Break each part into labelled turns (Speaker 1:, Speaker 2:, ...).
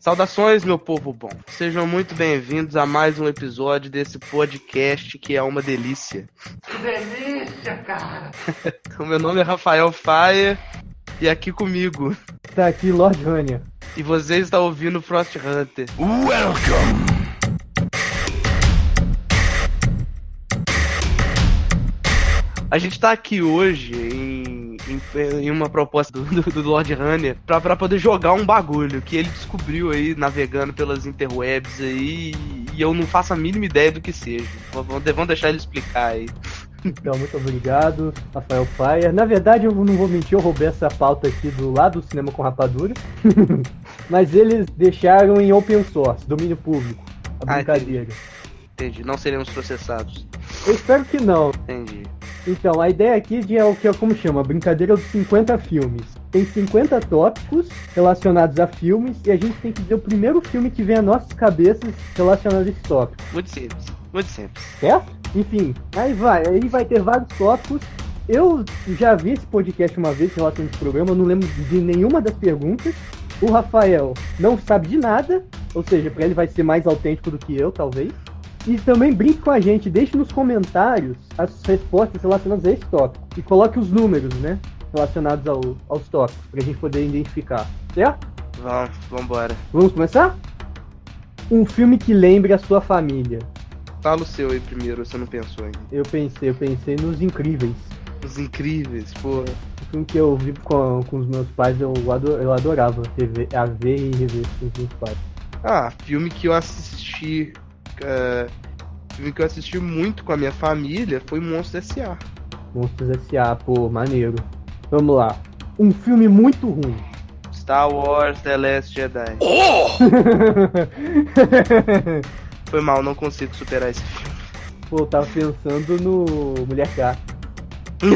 Speaker 1: Saudações, meu povo bom. Sejam muito bem-vindos a mais um episódio desse podcast que é uma delícia.
Speaker 2: Que delícia, cara!
Speaker 1: O meu nome é Rafael Faia e aqui comigo.
Speaker 3: Tá aqui Lord Rania.
Speaker 1: E você está ouvindo Frost Hunter.
Speaker 4: Welcome!
Speaker 1: A gente tá aqui hoje em, em, em uma proposta do, do, do Lord Runner pra, pra poder jogar um bagulho que ele descobriu aí navegando pelas interwebs aí e eu não faço a mínima ideia do que seja. Vamos, vamos deixar ele explicar aí.
Speaker 3: Então, muito obrigado, Rafael Paia. Na verdade, eu não vou mentir, eu roubei essa pauta aqui do lado do Cinema com Rapadura. Mas eles deixaram em open source, domínio público. A
Speaker 1: Ah,
Speaker 3: brincadeira.
Speaker 1: Entendi, não seremos processados.
Speaker 3: eu espero que não.
Speaker 1: Entendi.
Speaker 3: Então, a ideia aqui de é o que é como chama, brincadeira dos 50 filmes. Tem 50 tópicos relacionados a filmes e a gente tem que dizer o primeiro filme que vem às nossas cabeças relacionado a esse tópico,
Speaker 1: Muito simples, muito simples.
Speaker 3: certo? Enfim, aí vai, aí vai ter vários tópicos. Eu já vi esse podcast uma vez relacionado a esse programa, eu não lembro de nenhuma das perguntas. O Rafael não sabe de nada, ou seja, pra ele vai ser mais autêntico do que eu, talvez. E também brinque com a gente, deixe nos comentários as respostas relacionadas a esse tópico. E coloque os números, né? Relacionados ao, aos tópicos, pra gente poder identificar. Certo?
Speaker 1: Vamos, vambora.
Speaker 3: Vamos começar? Um filme que lembre a sua família.
Speaker 1: Fala o Tá seu aí primeiro, você não pensou ainda.
Speaker 3: Eu pensei, eu pensei nos incríveis.
Speaker 1: Os incríveis, porra.
Speaker 3: Um filme que eu vi com, com os meus pais, eu, ado- eu adorava rever, a ver e rever com os meus pais.
Speaker 1: Ah, filme que eu assisti. é, filme que eu assisti muito com a minha família foi Monstro S.A.
Speaker 3: Monstros S.A., pô, maneiro. Vamos lá. Um filme muito ruim.
Speaker 1: Star Wars The Last Jedi.
Speaker 4: Oh!
Speaker 1: Foi mal, não consigo superar esse filme.
Speaker 3: Pô, eu tava pensando no Mulher Gato.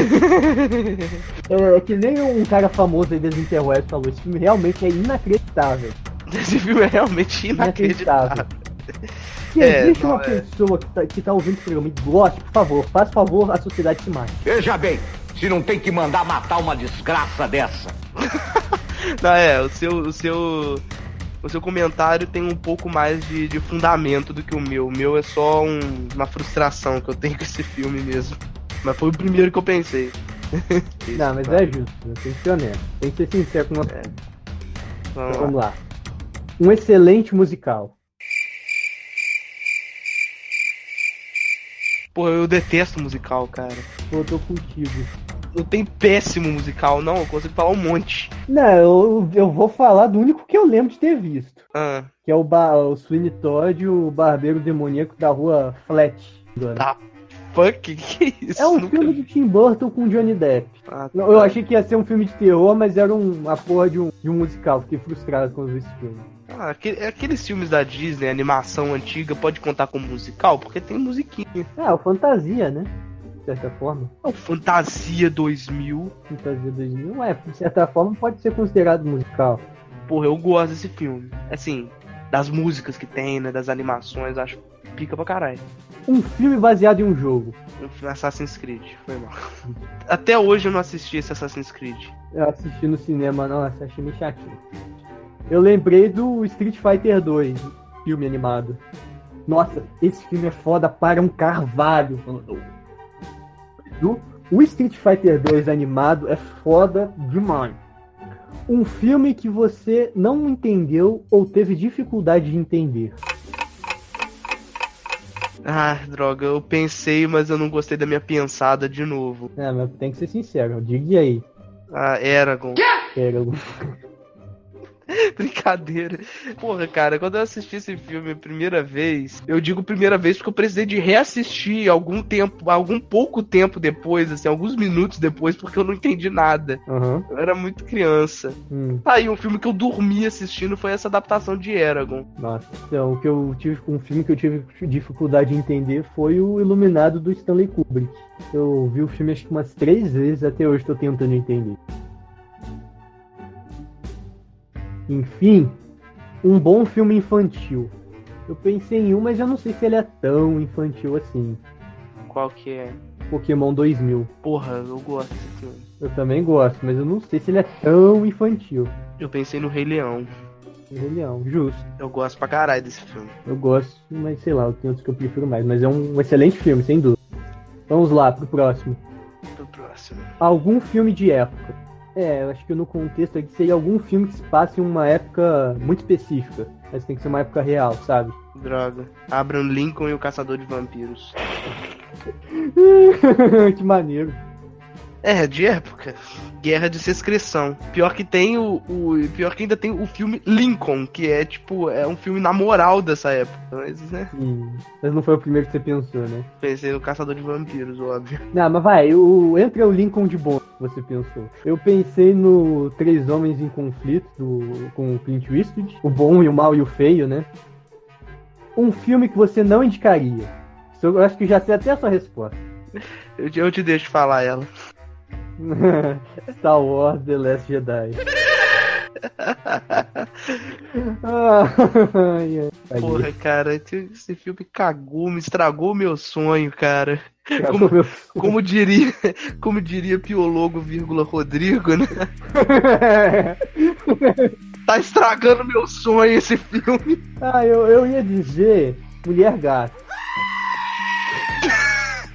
Speaker 3: é, é que nem um cara famoso aí das interwebs falou, esse filme realmente é inacreditável.
Speaker 1: Esse filme é realmente inacreditável.
Speaker 3: Inacreditável. Se
Speaker 1: É,
Speaker 3: existe
Speaker 1: não,
Speaker 3: uma
Speaker 1: é.
Speaker 3: pessoa que tá, que tá ouvindo esse programa e gosta, por favor, faz favor à sociedade se mate.
Speaker 4: Veja bem, se não tem que mandar matar uma desgraça dessa.
Speaker 1: Não, é, o seu, o seu. O seu comentário tem um pouco mais de, de fundamento do que o meu. O meu é só um- uma frustração que eu tenho com esse filme mesmo. Mas foi o primeiro que eu pensei.
Speaker 3: Não, mas
Speaker 1: Tá.
Speaker 3: é justo, né? tem que ser honesto. Tem que ser sincero com nós.
Speaker 1: Vamos lá.
Speaker 3: Vamos lá. Um excelente musical.
Speaker 1: Pô, eu detesto musical, cara.
Speaker 3: Pô, eu tô contigo.
Speaker 1: Não tem péssimo musical, não. Eu consigo falar um monte.
Speaker 3: Não, eu, eu vou falar do único que eu lembro de ter visto.
Speaker 1: Ah,
Speaker 3: Que é o, ba o Sweeney Todd, o barbeiro demoníaco da rua Flat.
Speaker 1: Tá. fuck, que isso?
Speaker 3: É um
Speaker 1: Nunca-
Speaker 3: filme de Tim Burton com Johnny Depp.
Speaker 1: Ah,
Speaker 3: Não, Eu achei que ia ser um filme de terror, mas era um, uma porra de um, de um musical. Fiquei frustrado quando vi esse filme.
Speaker 1: ah, aquele- aqueles filmes da Disney, animação antiga, pode contar como musical? Porque tem musiquinha.
Speaker 3: Ah, o Fantasia, né? De certa forma.
Speaker 1: É o Fantasia 2000.
Speaker 3: Fantasia 2000, é, de certa forma pode ser considerado musical.
Speaker 1: Porra, eu gosto desse filme. Assim, das músicas que tem, né? Das animações, eu acho pica pra caralho.
Speaker 3: Um filme baseado em um jogo.
Speaker 1: Um filme Assassin's Creed, foi mal. Até hoje eu não assisti esse Assassin's Creed.
Speaker 3: Eu assisti no cinema, nossa, achei meio chatinho. Eu lembrei do Street Fighter 2, filme animado. Nossa, esse filme é foda para um carvalho. Do- O Street Fighter 2 animado é foda demais. Um filme que você não entendeu ou teve dificuldade de entender.
Speaker 1: Ah, droga, eu pensei, mas eu não gostei da minha pensada de novo.
Speaker 3: É, mas tem que ser sincero, diga aí.
Speaker 1: Ah, Eragon.
Speaker 3: Pega algum-
Speaker 1: Brincadeira. Porra, cara, quando eu assisti esse filme a primeira vez, eu digo primeira vez porque eu precisei de reassistir algum tempo, algum pouco tempo depois, assim, alguns minutos depois, porque eu não entendi nada.
Speaker 3: Aham.
Speaker 1: Eu era muito criança.
Speaker 3: Hum.
Speaker 1: Aí, um filme que eu dormi assistindo foi essa adaptação de Eragon.
Speaker 3: Nossa, então, o que eu tive, um filme que eu tive dificuldade de entender foi o Iluminado do Stanley Kubrick. Eu vi o filme acho que umas três vezes até hoje estou tentando entender. Enfim, um bom filme infantil. Eu pensei em um, mas eu não sei se ele é tão infantil assim.
Speaker 1: Qual que é?
Speaker 3: Pokémon 2000.
Speaker 1: Porra, eu gosto desse filme.
Speaker 3: Eu também gosto, mas eu não sei se ele é tão infantil.
Speaker 1: Eu pensei no Rei Leão.
Speaker 3: Rebelião, justo.
Speaker 1: Eu gosto pra caralho desse filme.
Speaker 3: Eu gosto, mas sei lá, tem outros que eu prefiro mais. Mas é um excelente filme, sem dúvida. Vamos lá, pro próximo.
Speaker 1: Pro próximo.
Speaker 3: Algum filme de época. É, eu acho que no contexto aqui seria algum filme que se passe em uma época muito específica. Mas tem que ser uma época real, sabe?
Speaker 1: Droga. Abraham Lincoln e o Caçador de Vampiros.
Speaker 3: que maneiro.
Speaker 1: É, de época. Guerra de Secreção. Pior que tem o, o- Pior que ainda tem o filme Lincoln, que é tipo. É um filme na moral dessa época. Mas, né?
Speaker 3: Hum, Mas não foi o primeiro que você pensou, né?
Speaker 1: Pensei no Caçador de Vampiros, óbvio.
Speaker 3: Não, mas vai, o, entra o Lincoln de bom, você pensou. Eu pensei no Três Homens em Conflito, do, com o Clint Eastwood. O bom e o mal e o feio, né? Um filme que você não indicaria. Isso Eu acho que já sei até a sua resposta.
Speaker 1: Eu, te- eu te deixo falar ela.
Speaker 3: Star Wars The Last Jedi. Ai, ai.
Speaker 1: Porra, cara, esse esse filme cagou, me estragou meu sonho, cara.
Speaker 3: Acabou meu-
Speaker 1: Como diria, como diria Piologo, vírgula Rodrigo, né? Tá estragando meu sonho esse filme.
Speaker 3: ah, eu, eu ia dizer Mulher Gato.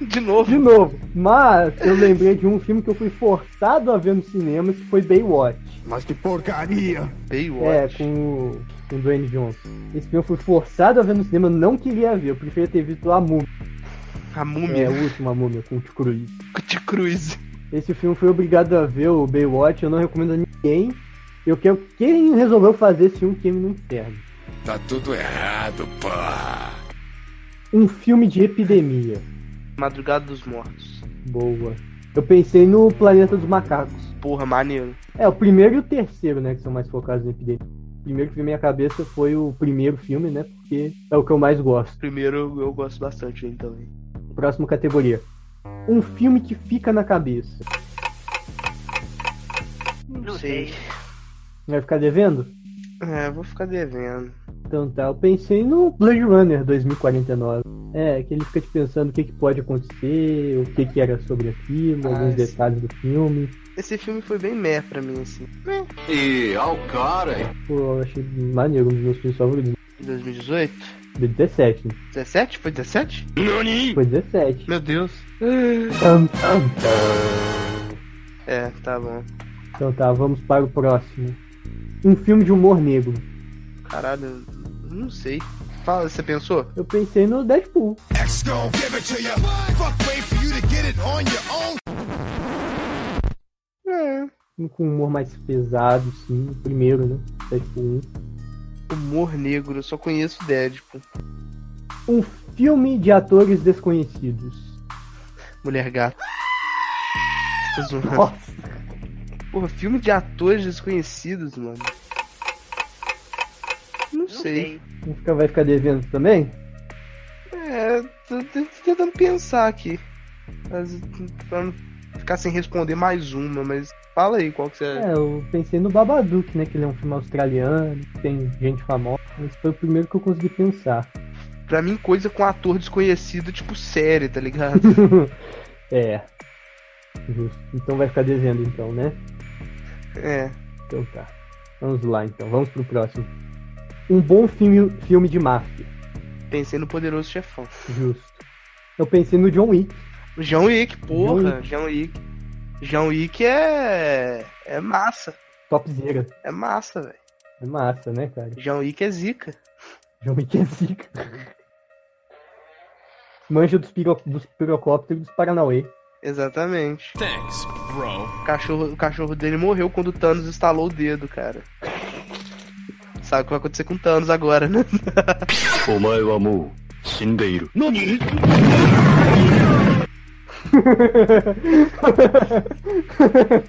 Speaker 1: De novo.
Speaker 3: De novo, mas eu lembrei de um filme que eu fui forçado a ver no cinema, que foi Baywatch.
Speaker 4: Mas que porcaria!
Speaker 3: É,
Speaker 1: Baywatch.
Speaker 3: com o, com o Dwayne Johnson. Esse filme eu fui forçado a ver no cinema, eu não queria ver, eu preferia ter visto a Múmia.
Speaker 1: A
Speaker 3: É,
Speaker 1: múmia
Speaker 3: a última Múmia, com o T. Cruz.
Speaker 1: de Cruz.
Speaker 3: Esse filme foi obrigado a ver o Baywatch, eu não recomendo a ninguém. Eu quero quem resolveu fazer esse filme queime no inferno.
Speaker 5: Tá tudo errado, pá.
Speaker 3: Um filme de epidemia.
Speaker 1: Madrugada dos Mortos.
Speaker 3: Boa. Eu pensei no Planeta dos Macacos.
Speaker 1: Porra, maneiro.
Speaker 3: É, o primeiro e o terceiro, né, que são mais focados em epidemia. O primeiro que veio na minha cabeça foi o primeiro filme, né, porque é o que eu mais gosto.
Speaker 1: Primeiro eu, eu gosto bastante dele também.
Speaker 3: Próxima categoria. Um filme que fica na cabeça.
Speaker 1: Não sei.
Speaker 3: Vai ficar devendo?
Speaker 1: É, vou ficar devendo.
Speaker 3: Então tá, eu pensei no Blade Runner 2049. É, que ele fica te pensando o que, que pode acontecer, o que, que era sobre aquilo,
Speaker 1: Ah,
Speaker 3: alguns
Speaker 1: sim.
Speaker 3: detalhes do filme.
Speaker 1: Esse filme foi bem meh pra mim, assim.
Speaker 5: E ao cara, hein?
Speaker 3: Pô, eu achei maneiro, um dos meus filmes favoritos.
Speaker 1: Em 2018?
Speaker 3: De 17, né?
Speaker 1: 17? Foi 17?
Speaker 3: Foi 17.
Speaker 1: Meu Deus.
Speaker 3: Tam, tam, tam.
Speaker 1: É, tá bom.
Speaker 3: Então tá, vamos para o próximo. Um filme de humor negro.
Speaker 1: Caralho, eu não sei. Fala, você pensou?
Speaker 3: Eu pensei no Deadpool.
Speaker 5: X gon' give it to you. Fuck, wait for you to get it on your own.
Speaker 1: É.
Speaker 3: Um Com humor mais pesado, sim. o Primeiro, né? Deadpool
Speaker 1: Humor negro, eu só conheço Deadpool.
Speaker 3: 1. Um filme de atores desconhecidos.
Speaker 1: Mulher gata. Tô zoando.
Speaker 3: Nossa,
Speaker 1: Porra, filme de atores desconhecidos, mano. Não, sei.
Speaker 3: não fica- vai ficar devendo também?
Speaker 1: É, tô, tô- tô tentando pensar aqui. Mas, pra não ficar sem responder mais uma, mas fala aí qual que você é.
Speaker 3: É, eu pensei no Babadook, né? Que ele é um filme australiano, que tem gente famosa. Esse foi o primeiro que eu consegui pensar.
Speaker 1: Pra mim, coisa com ator desconhecido, tipo série, tá ligado?
Speaker 3: é. Justo. Então vai ficar devendo, então, né?
Speaker 1: é.
Speaker 3: Então tá. Vamos lá, então. Vamos pro próximo. Um bom filme, filme de máfia.
Speaker 1: Pensei no Poderoso Chefão.
Speaker 3: Justo. Eu pensei no John Wick.
Speaker 1: John Wick, porra. John Wick. John Wick é. É massa.
Speaker 3: Topzera.
Speaker 1: É massa, velho.
Speaker 3: É massa, né, cara?
Speaker 1: John Wick é zica.
Speaker 3: John Wick é zica. Manja dos, piro... dos pirocópteros dos Paranauê.
Speaker 1: Exatamente.
Speaker 5: Thanks, bro.
Speaker 1: O cachorro, o cachorro dele morreu quando o Thanos estalou o dedo, cara. Sabe o que vai acontecer com o Thanos agora, né?
Speaker 6: お前はもう死んでいる。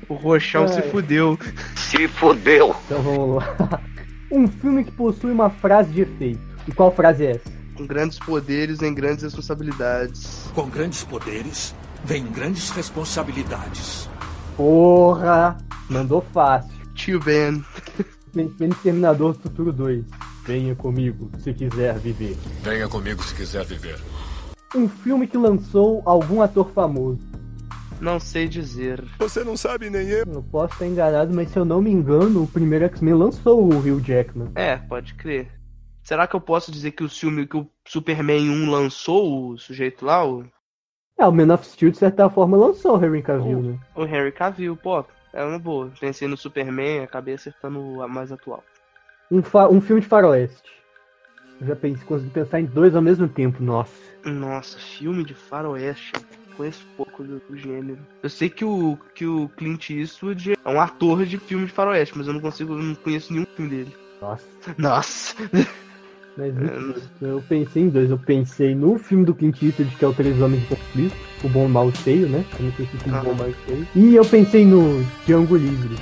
Speaker 1: O Rochão se
Speaker 3: Ai.
Speaker 1: fudeu.
Speaker 4: Se fodeu!
Speaker 3: Então vamos lá. Um filme que possui uma frase de efeito. E qual frase é essa?
Speaker 1: Com grandes poderes em grandes responsabilidades.
Speaker 7: Com grandes poderes, vem grandes responsabilidades.
Speaker 3: Porra! Mandou fácil.
Speaker 1: Tio Ben.
Speaker 3: Pensei no Terminador do Futuro 2. Venha comigo, se quiser viver.
Speaker 5: Venha comigo se quiser viver.
Speaker 3: Um filme que lançou algum ator famoso.
Speaker 1: Não sei dizer.
Speaker 5: Você não sabe nem eu.
Speaker 3: Não posso estar enganado, mas se eu não me engano, o primeiro X-Men lançou o Hugh Jackman.
Speaker 1: É, pode crer. Será que eu posso dizer que o filme que o Superman 1 lançou, o sujeito lá, o,
Speaker 3: É, o Man of Steel, de certa forma, lançou o Henry Cavill, né?
Speaker 1: o Henry Cavill, pô, é uma boa. Pensei no Superman, acabei acertando o mais atual.
Speaker 3: Um, fa- um filme de faroeste. Eu já pensei, consegui pensar em dois ao mesmo tempo, nossa.
Speaker 1: Nossa, filme de faroeste. Conheço pouco do, do gênero. Eu sei que o, que o Clint Eastwood é um ator de filme de faroeste, mas eu não consigo, eu não conheço nenhum filme dele.
Speaker 3: Nossa.
Speaker 1: Nossa!
Speaker 3: Mas enfim, eu pensei em dois. Eu pensei no filme do Clint Eastwood, que é o Três Homens de Conflito, o Bom Mal e o Feio, né? Eu não conheci o filme
Speaker 1: Aham.
Speaker 3: Bom Mal e o Feio. E eu pensei no Django Livre.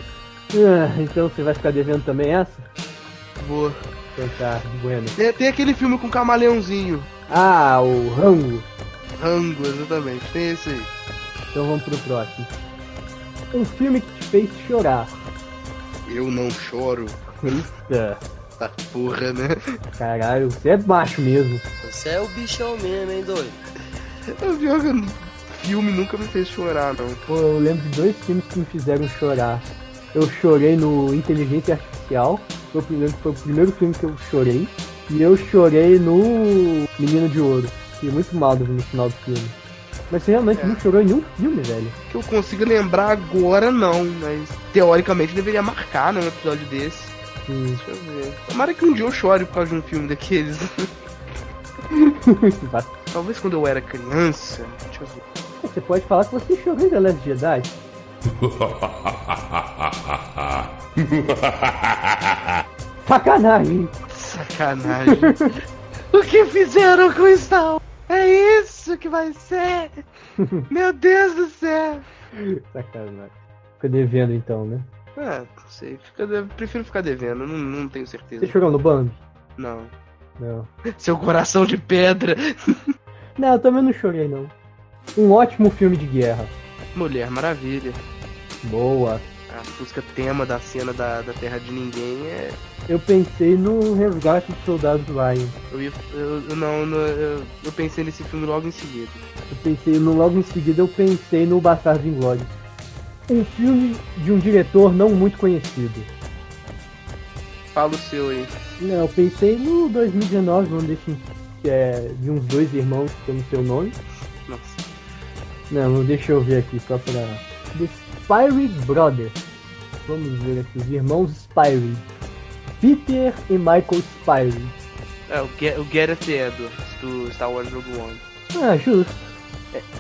Speaker 3: Ah, então você vai ficar devendo também essa?
Speaker 1: Boa.
Speaker 3: Então tá, bueno.
Speaker 1: Tem, tem aquele filme com o camaleãozinho.
Speaker 3: Ah, o Rango.
Speaker 1: Rango, exatamente. Tem esse aí.
Speaker 3: Então vamos pro próximo. Um filme que te fez chorar.
Speaker 1: Eu não choro.
Speaker 3: Eita,
Speaker 1: Tá porra, né?
Speaker 3: caralho, você é baixo mesmo.
Speaker 8: Você é o bichão mesmo, hein, doido?
Speaker 1: O pior que filme nunca me fez chorar, não.
Speaker 3: Pô, eu lembro de dois filmes que me fizeram chorar. Eu chorei no Inteligência Artificial, foi o primeiro, foi o primeiro filme que eu chorei. E eu chorei no Menino de Ouro. Fiquei muito mal no final do filme. Mas você realmente
Speaker 1: É.
Speaker 3: não chorou em nenhum filme, velho.
Speaker 1: Que eu consiga lembrar agora, não. Mas teoricamente deveria marcar né, um episódio desse.
Speaker 3: Que-
Speaker 1: Deixa eu ver. Tomara que um dia eu chore por causa de um filme daqueles.
Speaker 3: que bacana.
Speaker 1: Talvez quando eu era criança. Deixa eu ver.
Speaker 3: Você pode falar que você chorou em The Last Jedi. Sacanagem!
Speaker 1: Sacanagem. o que fizeram com o Star? É isso que vai ser! Meu Deus do céu!
Speaker 3: Sacanagem. Fica devendo então, né?
Speaker 1: Ah, não sei. Fica de- Prefiro ficar devendo, não, não tenho certeza.
Speaker 3: Você chorou no Bambi?
Speaker 1: Não.
Speaker 3: Não.
Speaker 1: Seu coração de pedra.
Speaker 3: Não, eu também não chorei não. Um ótimo filme de guerra.
Speaker 1: Mulher Maravilha.
Speaker 3: Boa.
Speaker 1: A música tema da cena da, da Terra de Ninguém é.
Speaker 3: Eu pensei no resgate do soldado Ryan.
Speaker 1: Eu, ia- eu, eu não, não- eu, eu pensei nesse filme logo em seguida.
Speaker 3: Eu pensei no logo em seguida eu pensei no Bastardos Inglórios. Um filme de um diretor não muito conhecido.
Speaker 1: Fala o seu aí.
Speaker 3: Não, eu pensei no 2019, onde que é de uns dois irmãos que tem o seu nome.
Speaker 1: Nossa.
Speaker 3: Não, deixa eu ver aqui só pra. The Spyrig Brothers. Vamos ver aqui, os irmãos Spyrig. Peter e Michael Spyrig.
Speaker 1: É, o, Ge o Gareth Edwards, do Star Wars Rogue One.
Speaker 3: Ah, justo.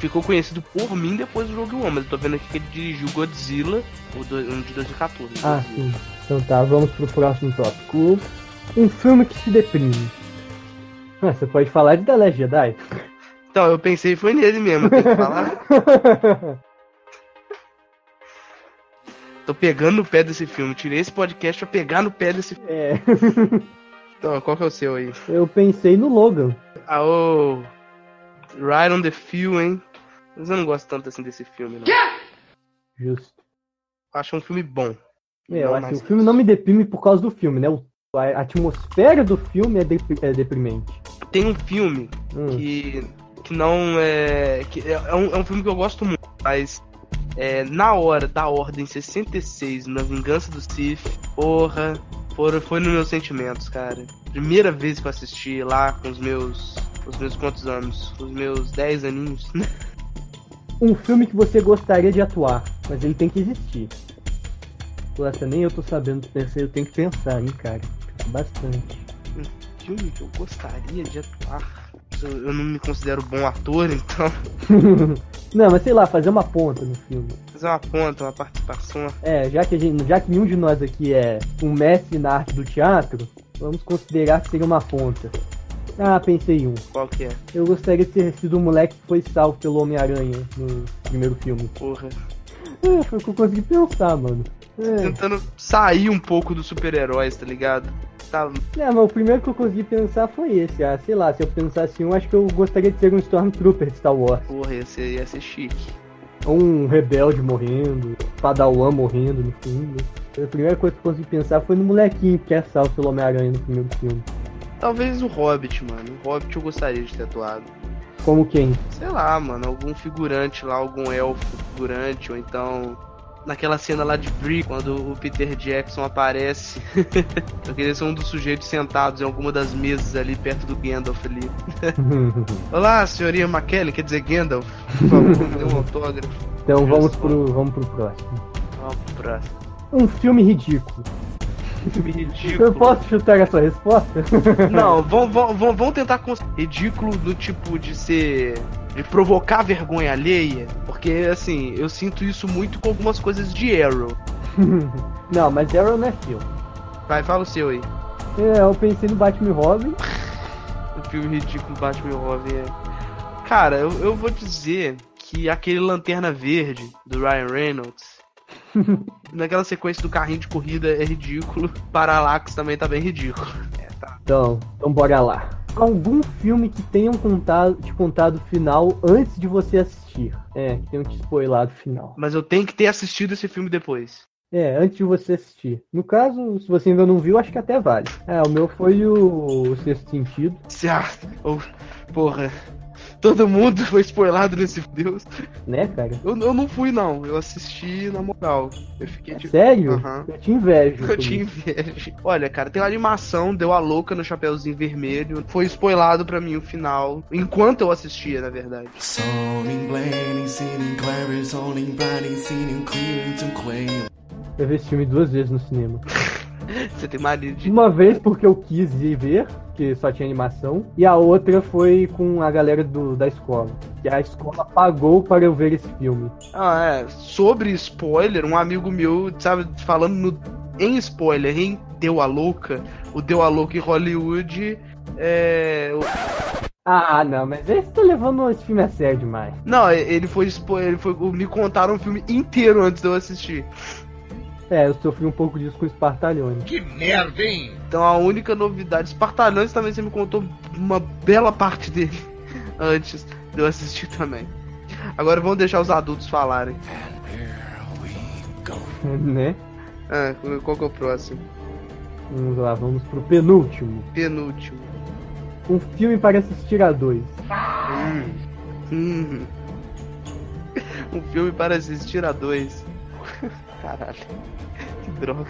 Speaker 1: Ficou conhecido por mim depois do Rogue One, mas eu tô vendo aqui que ele dirigiu Godzilla, o do, um de 2014.
Speaker 3: Ah,
Speaker 1: Godzilla.
Speaker 3: sim. Então tá, vamos pro próximo tópico. Um filme que te deprime. Ah, você pode falar de The Last Jedi?
Speaker 1: Então, eu pensei foi nele mesmo, tem que falar. Tô pegando no pé desse filme, tirei esse podcast pra pegar no pé desse filme.
Speaker 3: É,
Speaker 1: Então, qual que é o seu aí?
Speaker 3: eu pensei no Logan.
Speaker 1: Aô! Ride on the Field, hein? Mas eu não gosto tanto assim desse filme, não.
Speaker 3: Justo.
Speaker 1: Eu acho um filme bom.
Speaker 3: É, eu
Speaker 1: Não,
Speaker 3: acho que
Speaker 1: mas-
Speaker 3: o filme não me deprime por causa do filme, né? O- A atmosfera do filme é, depri- é deprimente.
Speaker 1: Tem um filme
Speaker 3: Hum,
Speaker 1: que, que não é. Que é, é um, é um filme que eu gosto muito, mas é, na hora da Ordem 66, na Vingança do Sith, porra, foram, foi nos meus sentimentos, cara. Primeira vez que eu assisti lá com os meus. Os meus quantos anos? Os meus 10 aninhos. né?
Speaker 3: Um filme que você gostaria de atuar, mas ele tem que existir. Pô, essa nem eu tô sabendo pensar, eu tenho que pensar, hein, cara. Bastante.
Speaker 1: filme que eu gostaria de atuar. Eu, eu não me considero bom ator, então.
Speaker 3: não, mas sei lá, fazer uma ponta no filme.
Speaker 1: Fazer uma ponta, uma participação, uma
Speaker 3: É, já que, a gente, já que nenhum de nós aqui é um mestre na arte do teatro, vamos considerar que seria uma ponta. Ah, pensei em um.
Speaker 1: qualquer.
Speaker 3: Eu gostaria de ter sido o moleque que foi salvo pelo Homem-Aranha no primeiro filme.
Speaker 1: Porra.
Speaker 3: É, foi o que eu consegui pensar, mano. É,
Speaker 1: Tentando sair um pouco dos super-heróis, tá ligado? Tá,
Speaker 3: é, mas o primeiro que eu consegui pensar foi esse. Ah, sei lá, se eu pensasse em um, acho que eu gostaria de ser um Stormtrooper de Star Wars.
Speaker 1: porra, ia ser, ia ser chique.
Speaker 3: Ou um rebelde morrendo, Padawan morrendo no filme. A primeira coisa que eu consegui pensar foi no molequinho que é salvo pelo Homem-Aranha no primeiro filme.
Speaker 1: Talvez o Hobbit, mano. O Hobbit eu gostaria de ter atuado.
Speaker 3: Como quem?
Speaker 1: Sei lá, mano, algum figurante lá, algum elfo figurante, ou então. Naquela cena lá de Brick, quando o Peter Jackson aparece. Eu queria ser um dos sujeitos sentados em alguma das mesas ali perto do Gandalf ali. Olá, senhoria McKellen, quer dizer Gandalf, por favor, me dê um autógrafo.
Speaker 3: então
Speaker 1: Olha
Speaker 3: vamos
Speaker 1: só.
Speaker 3: pro, vamos pro próximo.
Speaker 1: Vamos pro próximo.
Speaker 3: Um filme ridículo.
Speaker 1: Filme ridículo.
Speaker 3: Eu posso chutar essa resposta?
Speaker 1: Não, vão, vão, vão, vão tentar com ridículo do tipo de ser. de provocar vergonha alheia. Porque, assim, eu sinto isso muito com algumas coisas de Arrow.
Speaker 3: Não, mas Arrow não é filme.
Speaker 1: Vai, fala o seu aí.
Speaker 3: É, Eu pensei no Batman e Robin.
Speaker 1: O filme ridículo Batman e Robin é. Cara, eu, eu vou dizer que aquele Lanterna Verde do Ryan Reynolds. naquela sequência do carrinho de corrida é ridículo. Parallax também tá bem ridículo. É, tá.
Speaker 3: Então, então bora lá. Algum filme que tenham contado, te contado o final antes de você assistir. É, que tenham te spoilado o final.
Speaker 1: Mas eu tenho que ter assistido esse filme depois.
Speaker 3: É, antes de você assistir. No caso, se você ainda não viu, acho que até vale. É, o meu foi o, o Sexto Sentido.
Speaker 1: Se- Ah, oh, porra. Todo mundo foi spoilado nesse Deus.
Speaker 3: Né, cara?
Speaker 1: Eu, eu não fui, não. Eu assisti na moral. Eu fiquei de.
Speaker 3: Sério?
Speaker 1: Aham.
Speaker 3: Eu te invejo.
Speaker 1: Eu te invejo. Olha, cara, tem uma animação, deu a louca no Chapeuzinho Vermelho. Foi spoilado pra mim o final. Enquanto eu assistia, na verdade.
Speaker 3: Eu vi esse filme duas vezes no cinema.
Speaker 1: Você tem marido de.
Speaker 3: Uma vez porque eu quis ir ver, que só tinha animação, e a outra foi com a galera do, da escola. Que a escola pagou para eu ver esse filme.
Speaker 1: Ah, é. Sobre spoiler, um amigo meu, sabe, falando no- em spoiler, em Deu a Louca, o Deu a Louca em Hollywood. É. o-
Speaker 3: Ah, não, mas esse tá levando esse filme a sério demais.
Speaker 1: Não, ele foi spoiler, ele foi. Me contaram o filme inteiro antes de eu assistir.
Speaker 3: É, eu sofri um pouco disso com o Espartalhone.
Speaker 5: Que merda, hein?
Speaker 1: Então a única novidade, Espartalhões também você me contou uma bela parte dele antes de eu assistir também. Agora vamos deixar os adultos falarem.
Speaker 3: né?
Speaker 1: Ah, qual que é o próximo?
Speaker 3: Vamos lá, vamos pro penúltimo.
Speaker 1: Penúltimo.
Speaker 3: Um filme para assistir a dois.
Speaker 1: Hum. Um filme para assistir a dois. Caralho. Que droga.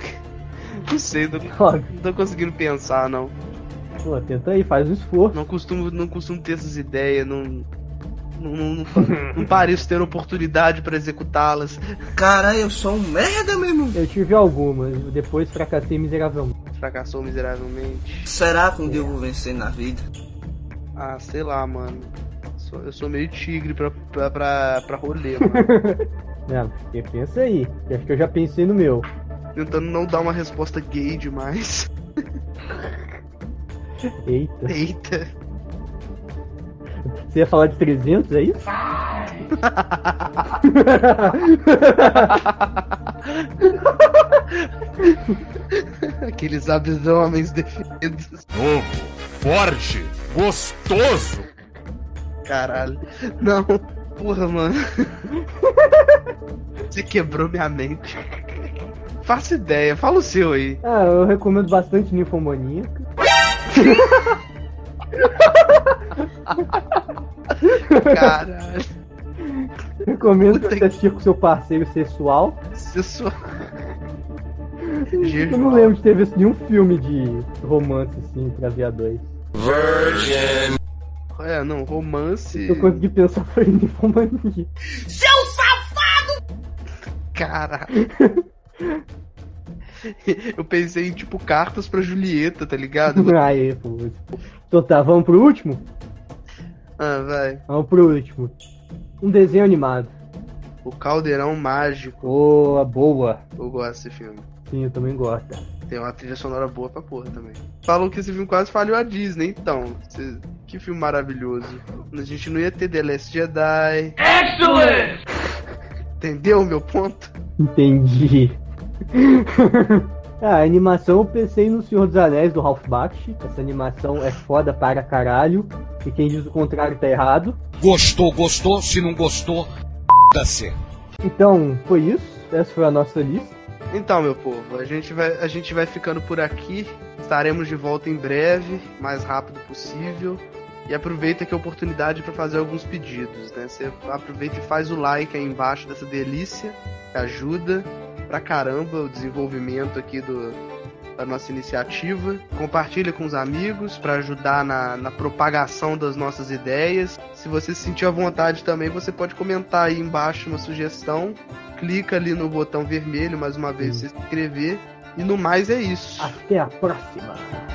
Speaker 1: Não sei, não,
Speaker 3: Ó,
Speaker 1: não tô conseguindo pensar, não.
Speaker 3: pô, tenta aí, faz um esforço.
Speaker 1: Não costumo, não costumo ter essas ideias, não. Não, não, não, fa- não pareço ter oportunidade para executá-las.
Speaker 8: Cara, eu sou um merda, meu irmão.
Speaker 3: Eu tive algumas, depois fracassei miseravelmente.
Speaker 1: Fracassou miseravelmente.
Speaker 8: Será que um dia eu vou vencer na vida?
Speaker 1: Ah, sei lá, mano. Sou- Eu sou meio tigre pra, pra, pra, pra rolê, mano.
Speaker 3: Não, porque pensa aí. que Acho que eu já pensei no meu.
Speaker 1: Tentando não dar uma resposta gay demais.
Speaker 3: Eita.
Speaker 1: Eita.
Speaker 3: Você ia falar de 300, é isso?
Speaker 1: Aqueles abdômenes definidos.
Speaker 6: Novo, forte, gostoso.
Speaker 1: Caralho. Não. Porra, mano. Você quebrou minha mente. Faça ideia. Fala o seu aí.
Speaker 3: Ah, eu recomendo bastante Ninfomaníaca.
Speaker 1: Caralho.
Speaker 3: Recomendo
Speaker 1: Puta
Speaker 3: você
Speaker 1: que-
Speaker 3: assistir com seu parceiro sexual.
Speaker 1: Sensual.
Speaker 3: Eu não lembro de ter visto nenhum filme de romance assim pra ver a dois.
Speaker 1: É, não. Romance.
Speaker 3: Eu consegui pensar foi em Ninfomaníaca.
Speaker 1: Caralho. Eu pensei em, tipo, cartas pra Julieta, tá ligado?
Speaker 3: Aí, pô. Então tá, vamos pro último?
Speaker 1: Ah, vai.
Speaker 3: Vamos pro último. Um desenho animado.
Speaker 1: O Caldeirão Mágico.
Speaker 3: Boa, boa.
Speaker 1: Eu gosto desse filme.
Speaker 3: Sim, eu também gosto.
Speaker 1: Tem uma trilha sonora boa pra porra também. Falam que esse filme quase falhou a Disney, então. cê- Que filme maravilhoso. A gente não ia ter The Last Jedi.
Speaker 2: Excellent!
Speaker 1: Entendeu o meu ponto?
Speaker 3: Entendi. A animação eu pensei no Senhor dos Anéis do Ralph Bakshi. Essa animação é foda para caralho. E quem diz o contrário tá errado.
Speaker 5: Gostou, gostou? Se não gostou, da-se.
Speaker 3: Então, foi isso. Essa foi a nossa lista.
Speaker 1: Então, meu povo, a gente vai, a gente vai ficando por aqui. Estaremos de volta em breve, mais rápido possível. E aproveita que é a oportunidade para fazer alguns pedidos, né? Você aproveita e faz o like aí embaixo dessa delícia, que ajuda pra caramba o desenvolvimento aqui do, da nossa iniciativa. Compartilha com os amigos para ajudar na, na propagação das nossas ideias. Se você se sentir à vontade também, você pode comentar aí embaixo uma sugestão. Clica ali no botão vermelho mais uma vez se inscrever. E no mais é isso.
Speaker 3: Até a próxima.